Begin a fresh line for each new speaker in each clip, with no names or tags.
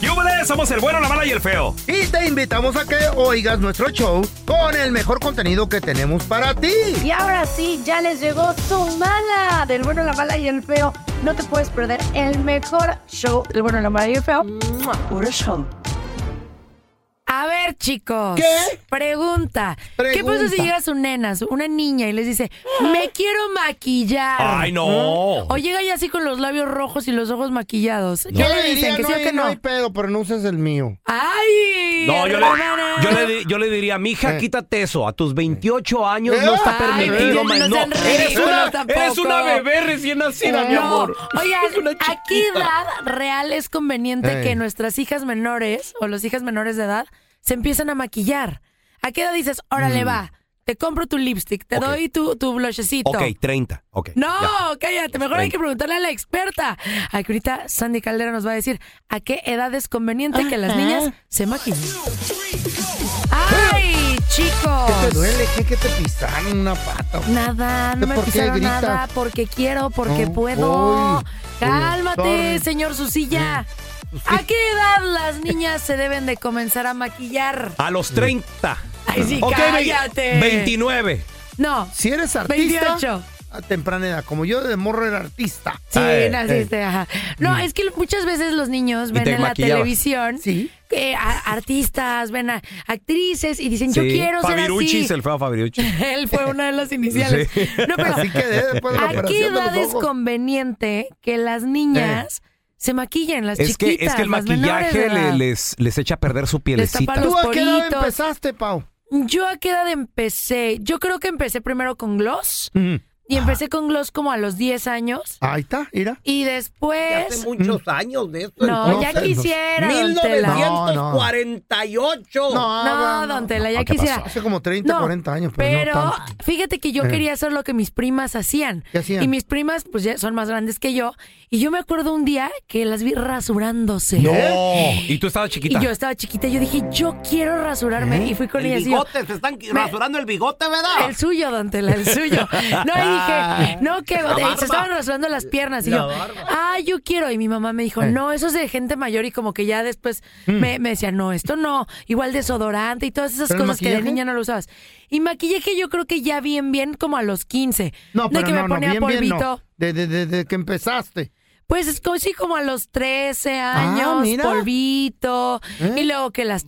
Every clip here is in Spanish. ¡Yúbele! Somos el bueno, la mala y el feo.
Y te invitamos a que oigas nuestro show con el mejor contenido que tenemos para ti.
Y ahora sí, ya les llegó su mala del bueno, la mala y el feo. No te puedes perder el mejor show del bueno, la mala y el feo. Puro show.
A ver, chicos.
¿Qué?
Pregunta. ¿Qué
Pregunta.
pasa si llega su nena, su- una niña, y les dice, me quiero maquillar?
¡Ay, no!
O llega ya así con los labios rojos y los ojos maquillados. ¿Qué
Yo
le
diría,
dicen? ¿Que sí
no
o
hay-
que no?
No hay pedo, pero no uses el mío.
¡Ay!
No, yo le,
hermana!
yo, le, di- yo le diría, mija,
Eh.
quítate eso. A tus 28 años no
Ay,
está permitido,
no
man.
sean
No, eres
ridículos
una,
tampoco.
eres una bebé recién nacida, mi
No.
amor.
Oigan,
Eres una
¿a qué
chiquita.
edad real es conveniente
Eh.
que nuestras hijas menores o las hijas menores de edad se empiecen a maquillar? ¿A qué edad dices, órale, va, te compro tu lipstick, te
Ok.
doy tu, tu blushecito?
Ok, 30. Ok.
No,
ya.
cállate, mejor hay que preguntarle a la experta. Aquí ahorita Sandy Caldera nos va a decir a qué edad es conveniente que las niñas se maquillen.
¿Qué
¡Ay,
te
chicos!
duele? ¿Qué, qué te pisaron una pata? güey?
Nada, no me
¿Por qué
pisaron
gritas?
nada, porque quiero, porque
Oh,
No,
puedo.
uy,
Cálmate,
sorry.
señor Susilla. ¿A qué edad las niñas se deben de comenzar a maquillar?
A los 30.
Ay, sí,
Ok, ve-
cállate.
29.
No,
Si eres artista,
28.
a temprana edad, como yo de morro era artista.
Sí,
Eh, Mm.
naciste, ajá. No, es que muchas veces los niños
Y
ven
te
en la
maquillabas.
televisión
Sí.
eh, a- artistas, ven a actrices y dicen, yo
Sí.
quiero ser
Fabiruchis,
así.
el feo Fabiruchis.
Él fue una de las iniciales.
Sí.
No, pero
Así quedé después de la
¿a qué
operación de los
edad es
ojos.
conveniente que las niñas se maquillen, las
Es que,
chiquitas,
es que el
las menores de
maquillaje le-
edad?
les, les echa a perder su
Les tapa
pielecita.
los
¿Tú a qué edad
poritos.
empezaste, Pau?
Yo a qué edad empecé, yo creo que empecé primero con gloss y empecé con gloss como a los 10 años
Ahí está, mira.
y después...
muchos años de esto.
No, ya
entonces, no.
quisiera. don Tela.
1948.
No, don Tela, ya
¿qué
quisiera.
Hace como 30,
No,
40 años, pero, no tanto.
fíjate que yo
Eh.
quería hacer lo que mis primas hacían.
¿Qué hacían?
Y mis primas, pues ya son más grandes que yo. Y yo me acuerdo un día que las vi rasurándose.
No. Y tú estabas
¿Eh? Y
chiquita.
yo estaba chiquita y yo dije, yo quiero rasurarme.
¿Eh?
Y fui con
El
ellas y yo,
bigote, se están rasurando el bigote, ¿verdad?
el suyo, don Tela, el suyo. No, y dije, no, que eh,
barba.
se estaban rasurando las piernas. Y
La
yo,
barba.
ah, yo quiero. Y mi mamá
Eh.
me dijo, no, eso es de gente mayor. Y como que ya después
Mm.
me, me decía, no, esto no. Igual desodorante y todas esas
¿Pero el
cosas que de
maquillaje?
niña no lo usabas. Y maquillaje yo creo que ya bien, bien como a los 15.
No, pero
de que
no,
me
no,
ponía
bien,
polvito.
bien, no. Desde de, de que empezaste.
Pues es como, sí, como a los 13 años,
Ah, mira. ¿Eh?
polvito, y luego que las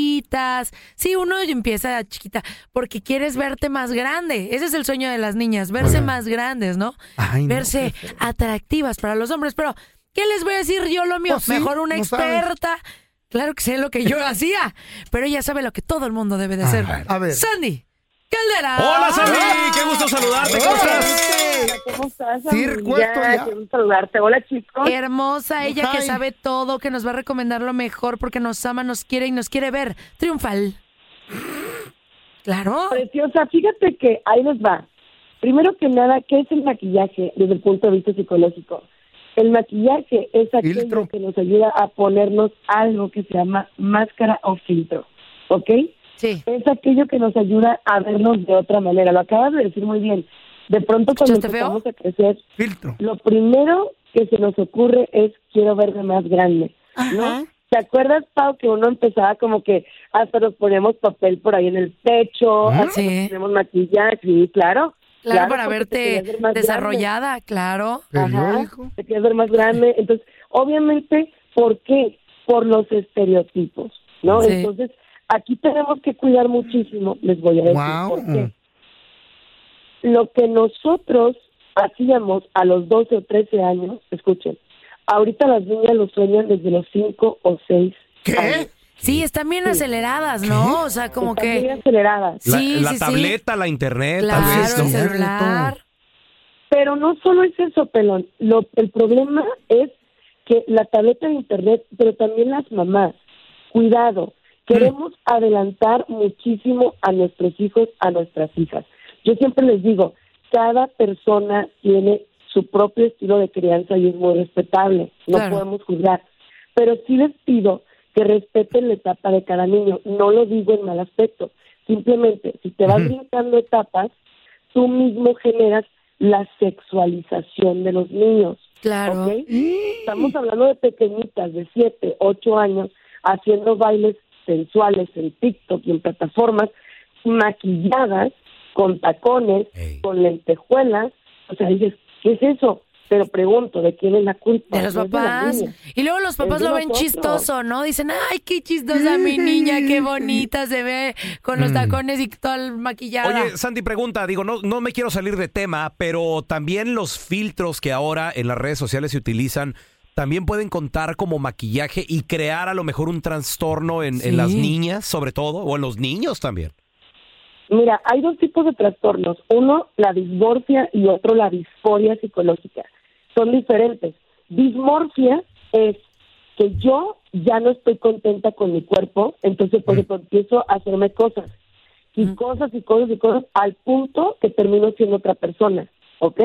chapitas. Sí, uno empieza de chiquita porque quieres verte más grande. Ese es el sueño de las niñas, verse más grandes, ¿no?
Ay, no,
verse atractivas para los hombres. Pero, ¿qué les voy a decir yo lo mío?
Pues sí,
Mejor una
no sabes.
experta. Claro que sé lo que yo hacía, pero ella sabe lo que todo el mundo debe de hacer.
a ver.
Sandy, Caldera.
Hola, Sandy. Qué gusto saludarte. ¿Cómo estás?
¿Cómo estás,
Circo
amiga?
esto ya.
Quiero saludarte. Hola, chicos.
Hermosa ella que
Ay.
sabe todo, que nos va a recomendar lo mejor porque nos ama, nos quiere y nos quiere ver. Triunfal. Claro.
Preciosa, fíjate que ahí les va. Primero que nada, ¿qué es el maquillaje desde el punto de vista psicológico? El maquillaje es aquello
Filtro.
que nos ayuda a ponernos algo que se llama máscara o filtro, ¿ok?
Sí.
Es aquello que nos ayuda a vernos de otra manera. Lo acabas de decir muy bien. De pronto cuando
¿Escuchaste, Feo?
empezamos a crecer,
Filtro.
lo primero que se nos ocurre es quiero verme más grande, ¿no? ¿Te acuerdas, Pau, que uno empezaba como que hasta nos poníamos papel por ahí en el pecho, hasta
Sí.
nos poníamos maquillaje, sí, claro.
Claro, para
porque
verte
te querías ver más grande.
desarrollada, claro.
Ajá,
Periódico.
te quieres ver más grande. Entonces, obviamente, ¿por qué? Por los estereotipos, ¿no?
Sí.
Entonces, aquí tenemos que cuidar muchísimo, les voy a decir
Guau.
por qué. Lo que nosotros hacíamos a los 12 o 13 años, escuchen, ahorita las niñas lo sueñan desde los 5 o 6 años.
¿Qué?
Sí, están bien aceleradas, ¿no? O sea, como
Están muy
que.
aceleradas.
La,
Sí,
la
sí, sí.
tableta, la internet, Eh, tal
Claro,
vez, ¿no?
el
esto.
celular.
Pero no solo es eso, Pelón. Lo, el problema es que la tableta de internet, pero también las mamás. Cuidado, queremos adelantar muchísimo a nuestros hijos, a nuestras hijas. Yo siempre les digo, cada persona tiene su propio estilo de crianza y es muy respetable, no
Claro.
podemos juzgar. Pero sí les pido que respeten la etapa de cada niño, no lo digo en mal aspecto, simplemente si te vas brincando etapas, tú mismo generas la sexualización de los niños.
Claro. Mm.
¿ok? Estamos hablando de pequeñitas de 7, 8 años haciendo bailes sensuales en TikTok y en plataformas, maquilladas, con tacones,
Ey.
con lentejuelas. O sea, dices, ¿qué es eso? Pero pregunto, ¿de quién es la culpa?
De los
No es las
papás.
niñas.
Y luego los papás
Es de
lo ven
nosotros.
chistoso, ¿no? Dicen, ay, qué chistosa mi niña, qué bonita se ve con los tacones y todo maquillada.
Mm. Oye, Sandy, pregunta, digo, no, no me quiero salir de tema, pero también los filtros que ahora en las redes sociales se utilizan también pueden contar como maquillaje y crear a lo mejor un trastorno en, en las
Sí.
niñas, sobre todo, o en los niños también.
Mira, hay dos tipos de trastornos. Uno, la dismorfia y otro, la disforia psicológica. Son diferentes. Dismorfia es que yo ya no estoy contenta con mi cuerpo, entonces por ejemplo empiezo a hacerme cosas y cosas y cosas y cosas al punto que termino siendo otra persona, ¿ok?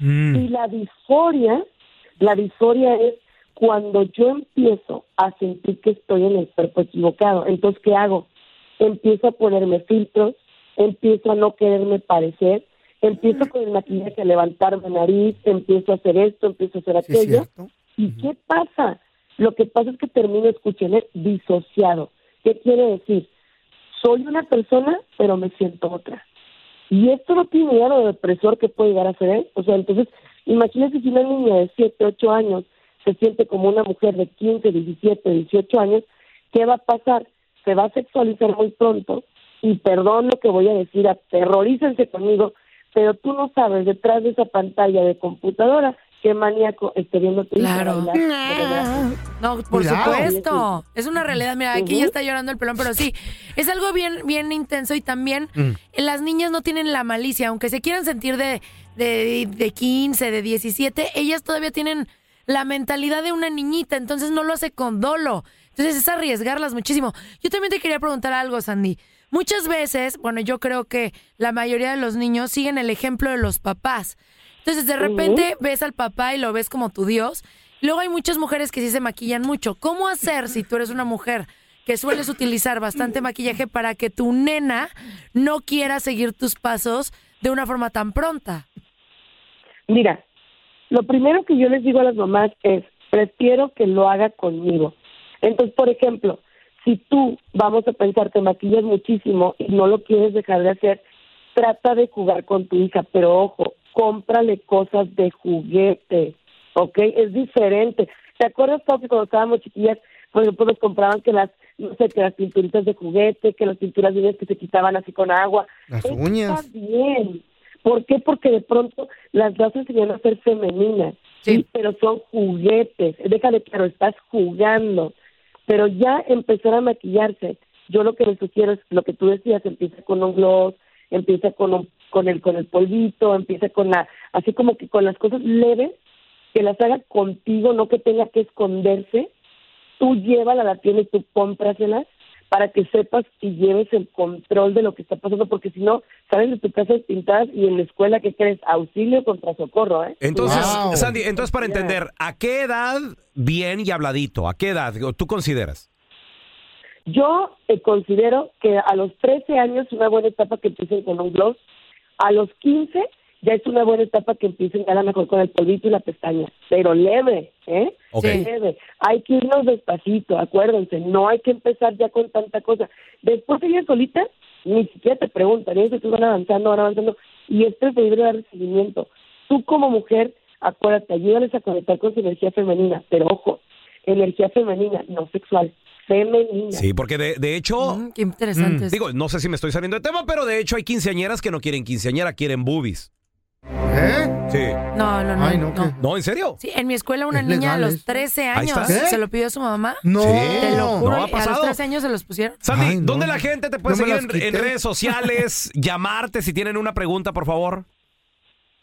Mm.
Y la disforia, la disforia es cuando yo empiezo a sentir que estoy en el cuerpo equivocado. Entonces, ¿qué hago? Empiezo a ponerme filtros, empiezo a no quererme parecer, empiezo con el maquillaje a levantar mi nariz, empiezo a hacer esto, empiezo a hacer
Sí, es
aquello.
cierto.
¿Y qué pasa? Lo que pasa es que termino, escuchen, es disociado. ¿Qué quiere decir? Soy una persona, pero me siento otra. Y esto no tiene idea lo depresor que puede llegar a ser. ¿eh? O sea, entonces, imagínense si una niña de 7, 8 años se siente como una mujer de 15, 17, 18 años, ¿qué va a pasar? Se va a sexualizar muy pronto. Y perdón lo que voy a decir, aterrorícense conmigo, pero tú no sabes detrás de esa pantalla de computadora qué maníaco esté viendo tu hija
Claro.
bailar, coreografía.
No, por
Cuidado.
supuesto. Es una realidad. Mira, aquí
Ujú.
ya está llorando el pelón, pero sí, es algo bien, bien intenso y también las niñas no tienen la malicia, aunque se quieran sentir de, de, de 15, de 17, ellas todavía tienen la mentalidad de una niñita, entonces no lo hace con dolo. Entonces es arriesgarlas muchísimo. Yo también te quería preguntar algo, Sandy. Muchas veces, bueno, yo creo que la mayoría de los niños siguen el ejemplo de los papás. Entonces, de repente ves al papá y lo ves como tu Dios. Luego hay muchas mujeres que sí se maquillan mucho. ¿Cómo hacer si tú eres una mujer que sueles utilizar bastante maquillaje para que tu nena no quiera seguir tus pasos de una forma tan pronta?
Mira, lo primero que yo les digo a las mamás es, prefiero que lo haga conmigo. Entonces, por ejemplo, si tú, vamos a pensar, te maquillas muchísimo y no lo quieres dejar de hacer, trata de jugar con tu hija, pero ojo, cómprale cosas de juguete, ¿ok? Es diferente. ¿Te acuerdas, Poppy, cuando estábamos chiquillas, por ejemplo, nos compraban que las, no sé, que las pinturitas de juguete, que las pinturas de uñas que se quitaban así con agua?
Las
Eso
uñas.
está bien. ¿Por qué? Porque de pronto las vas a enseñar a ser femeninas.
Sí.
Sí, pero son juguetes. Déjale claro, estás jugando. Pero ya empezar a maquillarse, yo lo que les sugiero es lo que tú decías, empieza con un gloss, empieza con un- con el con el polvito, empieza con la así como que con las cosas leves que las haga contigo, no que tenga que esconderse. Tú llévala a la tienda y tú cómprasela para que sepas y lleves el control de lo que está pasando, porque si no, sales de tu casa pintadas y en la escuela, que crees? Auxilio contra socorro, ¿eh?
Entonces,
Wow.
Sandy, entonces para entender, ¿a qué edad bien y habladito? ¿A qué edad digo, tú consideras?
Yo eh, considero que a los 13 años es una buena etapa que empiecen con un gloss. A los 15 ya es una buena etapa que empiecen a lo mejor con el polvito y la pestaña. Pero leve, ¿eh?
Ok.
Sí.
Leve. Hay que irnos despacito, acuérdense. No hay que empezar ya con tanta cosa. Después ellas solitas ni siquiera te preguntan. Ellas se van avanzando, van avanzando. Y es preferible dar seguimiento. Tú como mujer, acuérdate, ayúdales a conectar con su energía femenina. Pero ojo, energía femenina, no sexual. Femenina.
Sí, porque de, de
Oh.
hecho,
Mm, qué interesante.
digo, no sé si me estoy saliendo de tema, pero de hecho hay quinceañeras que no quieren quinceañera, quieren boobies.
¿Eh?
Sí.
no, no, no.
Ay, no,
no.
¿qué?
No, ¿en serio?
Sí, en mi escuela una
Es
niña a
legal
los
eso.
13
Ahí
años
está.
¿Qué?
se lo pidió su mamá.
No.
Sí.
Te lo juro,
No ha
y a los
pasado.
13 años se los pusieron.
Sandy,
Ay, no.
¿dónde la gente te puede
No me
seguir
las
en- en,
quité.
redes sociales? Llamarte si tienen una pregunta, por favor.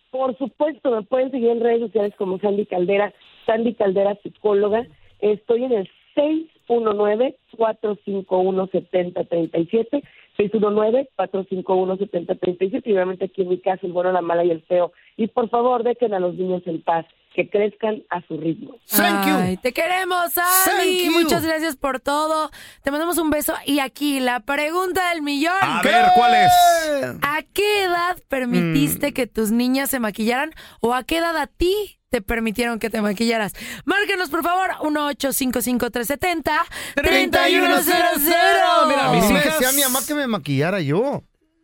Por supuesto, me pueden seguir en redes sociales como Sandy Caldera Sandy Caldera, psicóloga. Estoy en el 619-451-7037. 619-451-7037. Y obviamente aquí en mi casa, el bueno, la mala y el feo. Y por favor, dejen a los niños en paz, que crezcan a su ritmo.
Thank you.
Ay, te queremos, Sandy.
Thank you.
Muchas gracias por todo. Te mandamos un beso. Y aquí, la pregunta del millón.
A ver, ¿cuál es?
¿A qué edad permitiste que tus niñas se maquillaran o a qué edad a ti te permitieron que te maquillaras? Márquenos, por favor, 1855370-3100.
Mira,
A mí
mis
me
hijas-
decía mi mamá que me maquillara yo.
Oh.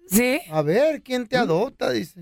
¿Sí?
A ver, ¿quién te adopta? Dice.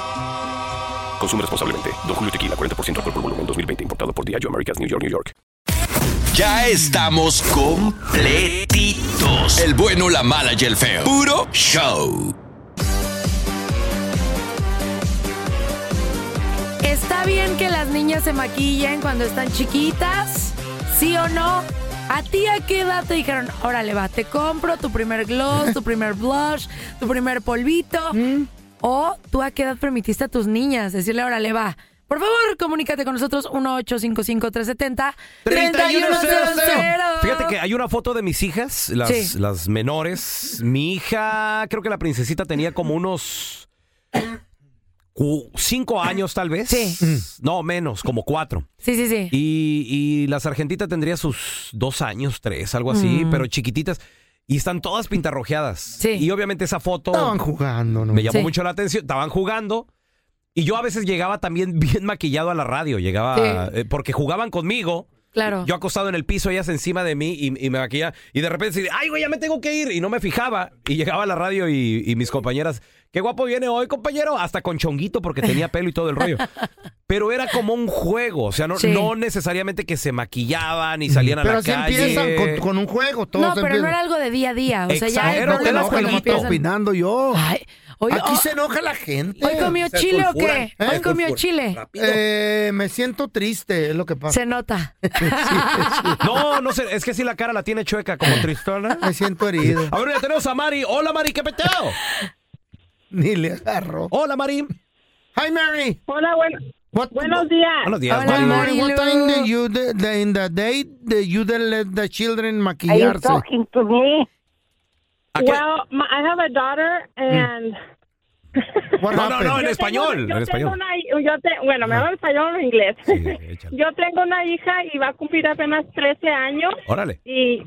Consume responsablemente. Don Julio Tequila, 40% alcohol por volumen, 2020. Importado por Diageo Americas, New York, New York.
Ya estamos completitos. El bueno, la mala y el feo. Puro show.
¿Está bien que las niñas se maquillen cuando están chiquitas? ¿Sí o no? ¿A ti a qué edad te dijeron, órale va, te compro tu primer gloss, tu primer blush, tu primer polvito? ¿O tú a qué edad permitiste a tus niñas decirle, órale va? Por favor, comunícate con nosotros 1855370
Fíjate que hay una foto de mis hijas, las,
Sí.
las menores. Mi hija, creo que la princesita tenía como unos cu- cinco años tal vez.
Sí.
No, menos, como cuatro.
Sí, sí, sí.
Y, y la sargentita tendría sus dos años, tres, algo así, pero chiquititas. Y están todas pintarrojeadas.
Mm. Sí.
Y obviamente esa foto
Estaban jugando, ¿no?
me llamó
Sí.
mucho la atención. Estaban jugando. Y yo a veces llegaba también bien maquillado a la radio. Llegaba.
Sí.
eh, porque jugaban conmigo.
Claro.
Yo acostado en el piso, ellas encima de mí y, y me maquilla. Y de repente decía, ay, güey, ya me tengo que ir. Y no me fijaba. Y llegaba a la radio y, y mis compañeras, qué guapo viene hoy, compañero. Hasta con chonguito porque tenía pelo y todo el rollo. Pero era como un juego. O sea, no,
Sí.
no necesariamente que se maquillaban y salían a
Pero
la
así
calle.
empiezan con, con un juego. Todos
No, pero no
empiezan.
era algo de día a día. O sea,
Exacto.
ya el
Pero
te
te
problema
enojas
enoja
es cuando
lo que estoy
empiezan.
opinando yo.
Ay, oye,
Aquí
oh,
se enoja la gente.
¿Hoy comió chile o qué?
¿eh?
¿Hoy
Se
comió chile?
Eh, me siento triste, es lo que pasa.
Se nota.
No, no sé. Es que si la cara la tiene chueca como tristona.
Me siento herido.
A ver, ya tenemos a Mari. Hola, Mari, ¿qué peteo?
Ni le agarro.
Hola, Mari.
Hi, Mary.
Hola, bueno,
What-
buenos días.
Buenos días,
Hola,
Mari.
Good morning.
Marilu.
What time did you the, the- in the day did you the let the children
Are you
maquillarse?
talking to me?
¿A qué-
Well, my, I have a daughter and...
What
No, no, no, en
happened?
español.
Yo
en
tengo
español. Ah.
una- yo te- bueno, me hablo español o inglés.
Sí, échale.
Yo tengo una hija y va a cumplir apenas 13 años
Órale.
y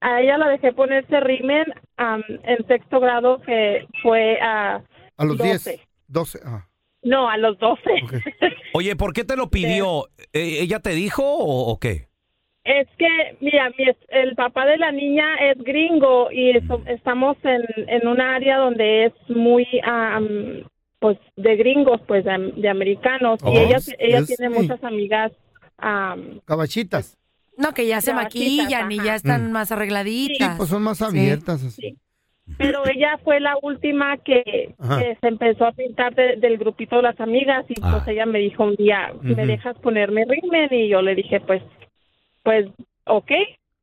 a ella la dejé ponerse rimen am, en sexto grado que fue a...
A los 10.
12.
12. ah.
No, a los 12.
Ok.
Oye, ¿por qué te lo pidió? ¿E- ¿Ella te dijo o, o qué?
Es que, mira, mi es- el papá de la niña es gringo
Mm.
y so- estamos en, en un área donde es muy, am, pues, de gringos, pues, de, am- de americanos.
Oh,
y ella,
es-
ella
es-
tiene
sí.
muchas amigas. am,
Cabachitas.
No, que ya se
Las
maquillan
citas,
y
ajá.
ya están
Mm.
más arregladitas.
Pues son más abiertas así.
pero ella fue la última que,
Ajá.
que se empezó a pintar de- del grupito de las amigas y
Ah.
pues ella me dijo un día,
Ujú.
¿me dejas ponerme rimen? Y yo le dije, pues, pues, ok.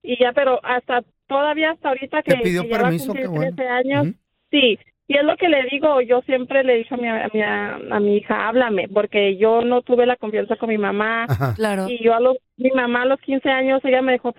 Y ya, pero hasta todavía hasta ahorita que,
¿Te pidió
que ya va a
permiso?
cumplir
Qué bueno.
13 años,
Ujú.
sí. Y es lo que le digo, yo siempre le dije a mi, a mi, a mi hija, háblame, porque yo no tuve la confianza con mi mamá.
Ajá.
Claro.
Y yo a los, mi mamá a los 15 años, ella me dejó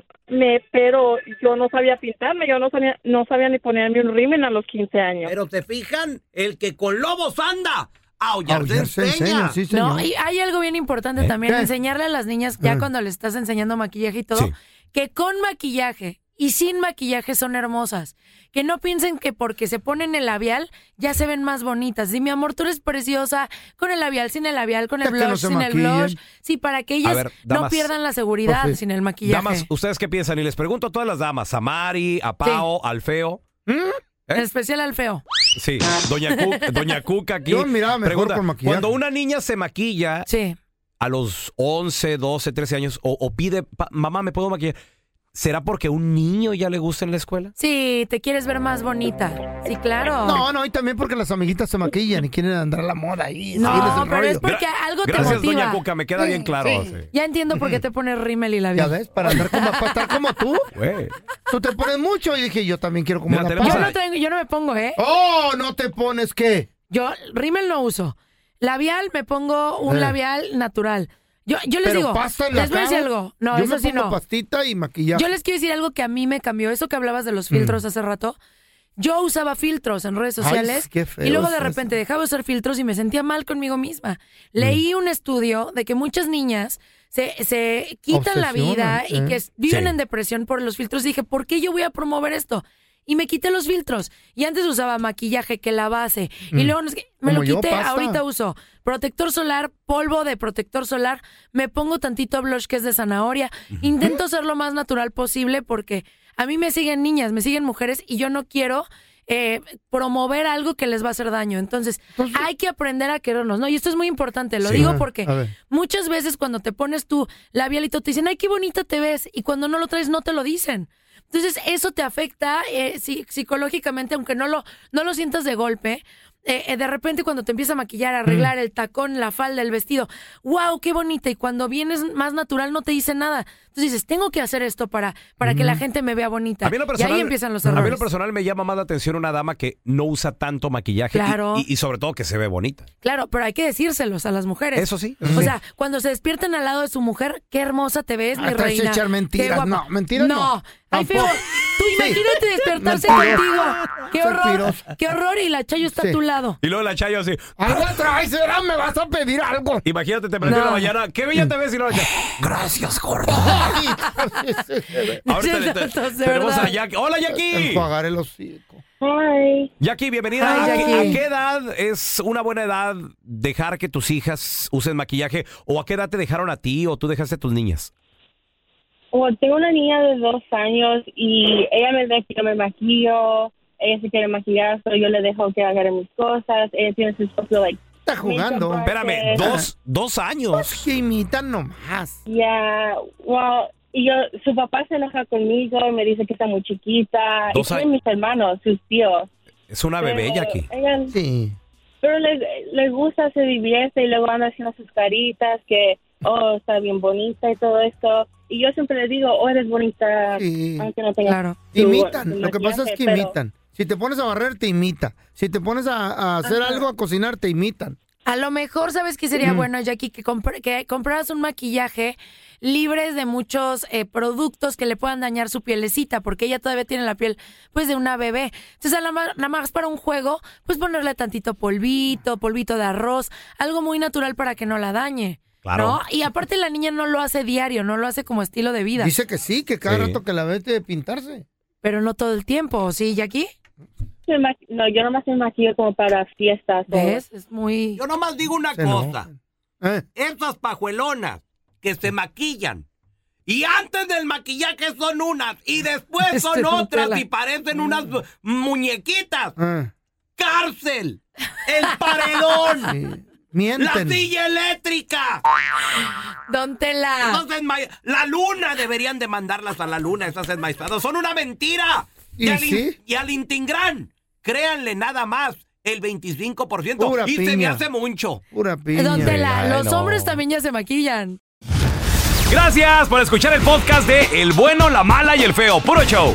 pintarme, pero yo no sabía pintarme, yo no sabía, no sabía ni ponerme un rimen a los 15 años.
Pero se fijan, el que con lobos anda,
Ah,
aullar,
Oh,
te enseña.
No, y hay algo bien importante
¿Eh?
también,
¿Qué?
enseñarle a las niñas, ya
Mm.
Ah.
cuando le estás enseñando maquillaje y todo, que con maquillaje y sin maquillaje son hermosas. Que no piensen que porque se ponen el labial ya se ven más bonitas. Sí, mi amor, tú eres preciosa con el labial, sin el labial, con el
Ya que no
blush,
se
sin
maquillen.
el blush. Sí, para que ellas
A ver,
no
damas.
pierdan la seguridad
Por fin.
sin el maquillaje.
Damas, ¿eh? ¿ustedes qué piensan? Y les pregunto a todas las damas, a Mari, a Pao, al Feo.
En especial al feo.
Sí, Doña, Cu- Doña Cuca aquí.
Yo miraba mejor con maquillaje.
Cuando una niña se maquilla a los 11, 12, 13 años o, o pide, "Pa- mamá, ¿me puedo maquillar? ¿Será porque un niño ya le gusta en la escuela?
Sí, te quieres ver más bonita. Sí, claro.
No, no, y también porque las amiguitas se maquillan y quieren andar a la moda ahí.
No,
seguirles el
pero
rollo.
es porque algo te
Gracias,
motiva.
Doña Cuca, me queda bien claro.
Sí.
sí.
Ya entiendo por qué te pones rímel y labial.
¿Ya ves? Para andar como, para estar como tú.
Güey.
Tú te pones mucho y dije, yo también quiero como
Mira,
la
Yo
Pau.
no, tengo- yo no me pongo, ¿eh?
¡Oh! ¿No te pones qué?
Yo rímel no uso. Labial me pongo un
Eh.
labial natural. Yo, yo les
Pero
digo,
pasta en la
les voy a decir
cara.
algo. No,
yo
eso
me
sí
pongo
no.
pastita y maquillaje.
Yo les quiero decir algo que a mí me cambió. Eso que hablabas de los filtros hace rato. Yo usaba filtros en redes
Ay,
sociales
qué feo
y luego de
es eso.
repente dejaba de usar filtros y me sentía mal conmigo misma. Leí
Mm.
un estudio de que muchas niñas se, se quitan la vida y
Obsesionan,
que
¿eh?
viven
Sí.
en depresión por los filtros. Y dije, ¿por qué yo voy a promover esto? Y me quité los filtros. Y antes usaba maquillaje, que la base. Y
Mm.
luego no sé qué. me lo
Como yo,
quité.
pasta.
Ahorita uso protector solar, polvo de protector solar. Me pongo tantito blush que es de zanahoria. Intento ser lo más natural posible porque a mí me siguen niñas, me siguen mujeres y yo no quiero eh, promover algo que les va a hacer daño. Entonces, hay que aprender a querernos, ¿no? Y esto es muy importante. Lo
Pues Sí.
digo
Ah,
porque
a ver.
muchas veces cuando te pones tu labialito te dicen, ay, qué bonita te ves. Y cuando no lo traes, no te lo dicen. Entonces, eso te afecta eh, si- psicológicamente, aunque no lo, no lo sientas de golpe. Eh, eh, de repente cuando te empieza a maquillar, a
Mm.
arreglar el tacón, la falda, el vestido, wow, qué bonita. Y cuando vienes más natural no te dice nada. Entonces dices, tengo que hacer esto para, para que la gente me vea bonita.
A mí, en lo personal,
y ahí empiezan los
a mí en lo
errores.
personal me llama más la atención una dama que no usa tanto maquillaje y-
Claro.
y- y sobre todo que se ve bonita.
Claro, pero hay que decírselos a las mujeres.
Eso sí,
o sea, cuando se despiertan al lado de su mujer, qué hermosa te ves,
Ah,
mi
te vas a
reina.
echar
Qué
mentiras.
guapa.
No, mentiras no.
Ay, feo.
Tampoco.
Tú imagínate despertarse
Mentiroso.
contigo. Qué
Soy
horror.
piroso.
Qué horror y la Chayo está
Sí.
a tu lado.
Y luego la Chayo así.
Algo traes, será, me vas a pedir algo.
Imagínate, te prendí
No.
la mañana. ¿Qué bella te ves? Y luego la Chayo. Gracias, gordo. Ahorita le- te- tenemos a Jackie. ¡Hola, Jackie!
Enjuagaré los
Jackie, bienvenida.
Ay,
¿A, qué-
Jackie.
a qué edad es una buena edad dejar que tus hijas usen maquillaje? ¿O a qué edad te dejaron a ti o tú dejaste a tus niñas?
Bueno, tengo una niña de dos años y ella me deja que yo me maquillo, ella se quiere maquillar, pero yo le dejo que agarre mis cosas, ella tiene sus propios, like... Está
jugando.
Espérame, dos, dos años.
que imitan nomás.
Ya, well, y yo, su papá se enoja conmigo y me dice que está muy chiquita, y
Dos
tiene
años.
mis hermanos, sus tíos.
Es una bebé,
Pero
Jackie.
ella- Pero le, le gusta, se divierte y luego anda haciendo sus caritas que, oh, está bien bonita y todo esto. Y yo siempre le digo, oh, eres bonita, aunque no tengas tu- tu
Imitan. Lo que pasa es
maquillaje,
que
pero-
imitan. Si te pones a barrer, te imita. Si te pones a, a hacer
Ajá.
algo, a cocinar, te imitan.
A lo mejor, ¿sabes qué sería
Mm.
bueno, Jackie? Que, compr- que compraras un maquillaje libres de muchos eh, productos que le puedan dañar su pielecita, porque ella todavía tiene la piel, pues, de una bebé. Entonces, a la ma- nada más para un juego, pues ponerle tantito polvito, polvito de arroz, algo muy natural para que no la dañe.
Claro.
¿no? Y aparte la niña no lo hace diario, no lo hace como estilo de vida.
Dice que sí, que cada rato que la ves de pintarse.
Pero no todo el tiempo, ¿sí, Jackie?
Me maqui- No, yo nomás me maquillo como para fiestas. o-
¿Ves? Es muy...
Yo nomás digo una
Se
cosa.
Eh,
Esas pajuelonas que se maquillan. Y antes del maquillaje son unas y después son
Este no
otras
pela.
y parecen unas muñequitas.
Ah.
Cárcel, el paredón, la
Mienten. Ah.
silla eléctrica.
Don Tela.
la luna, deberían de mandarlas a la luna, esas enmaizadas. Son una mentira.
¿Y
al, in-
sí?
y al Intingrán, créanle nada más, el 25%.
Pura
y se me
piña.
hace mucho.
Pura piña.
Don Tela,
Ay,
los
no.
hombres también ya se maquillan.
Gracias por escuchar el podcast de El Bueno, la Mala y el Feo. Puro show.